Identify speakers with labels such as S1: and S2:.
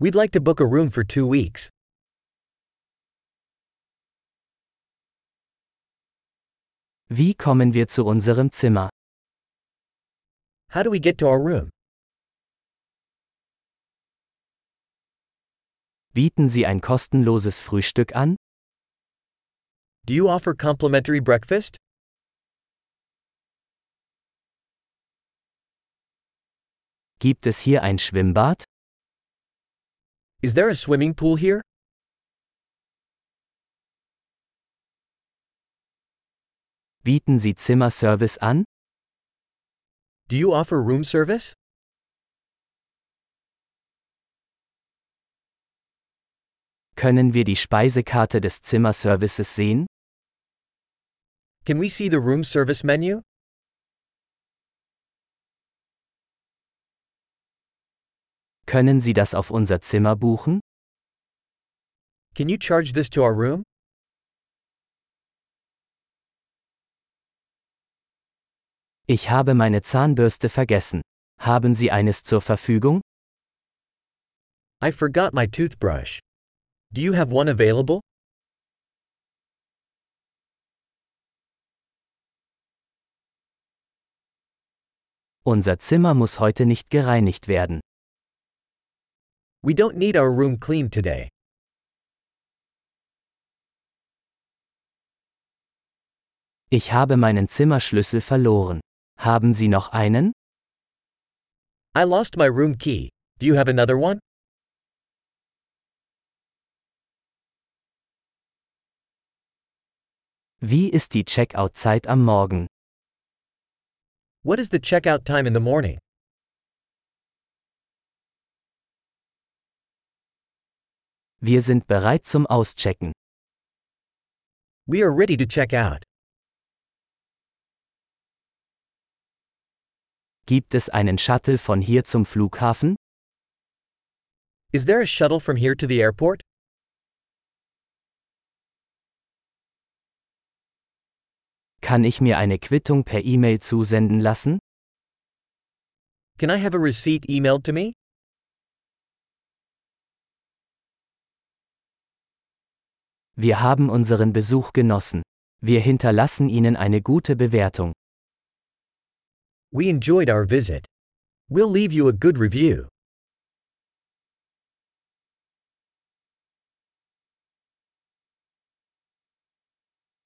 S1: We'd like to book a room for two weeks.
S2: Wie kommen wir zu unserem Zimmer?
S1: How do we get to our room?
S2: Bieten Sie ein kostenloses Frühstück an?
S1: Do you offer complimentary breakfast?
S2: Gibt es hier ein Schwimmbad?
S1: Is there a swimming pool here?
S2: Bieten Sie Zimmerservice an?
S1: Do you offer room service?
S2: Können wir die Speisekarte des Zimmerservices sehen?
S1: Can we see the room service menu?
S2: Können Sie das auf unser Zimmer buchen?
S1: Can you charge this to our room?
S2: Ich habe meine Zahnbürste vergessen. Haben Sie eines zur Verfügung?
S1: I forgot my toothbrush. Do you have one available?
S2: Unser Zimmer muss heute nicht gereinigt werden.
S1: We don't need our room cleaned today.
S2: Ich habe meinen Zimmerschlüssel verloren. Haben Sie noch einen?
S1: I lost my room key. Do you have another one?
S2: Wie ist die Checkout-Zeit am Morgen?
S1: What is the checkout time in the morning?
S2: Wir sind bereit zum Auschecken.
S1: We are ready to check out.
S2: Gibt es einen Shuttle von hier zum Flughafen?
S1: Is there a shuttle from here to the airport?
S2: Kann ich mir eine Quittung per E-Mail zusenden lassen?
S1: Can I have a receipt emailed to me?
S2: Wir haben unseren Besuch genossen. Wir hinterlassen Ihnen eine gute Bewertung.
S1: We enjoyed our visit. We'll leave you a good review.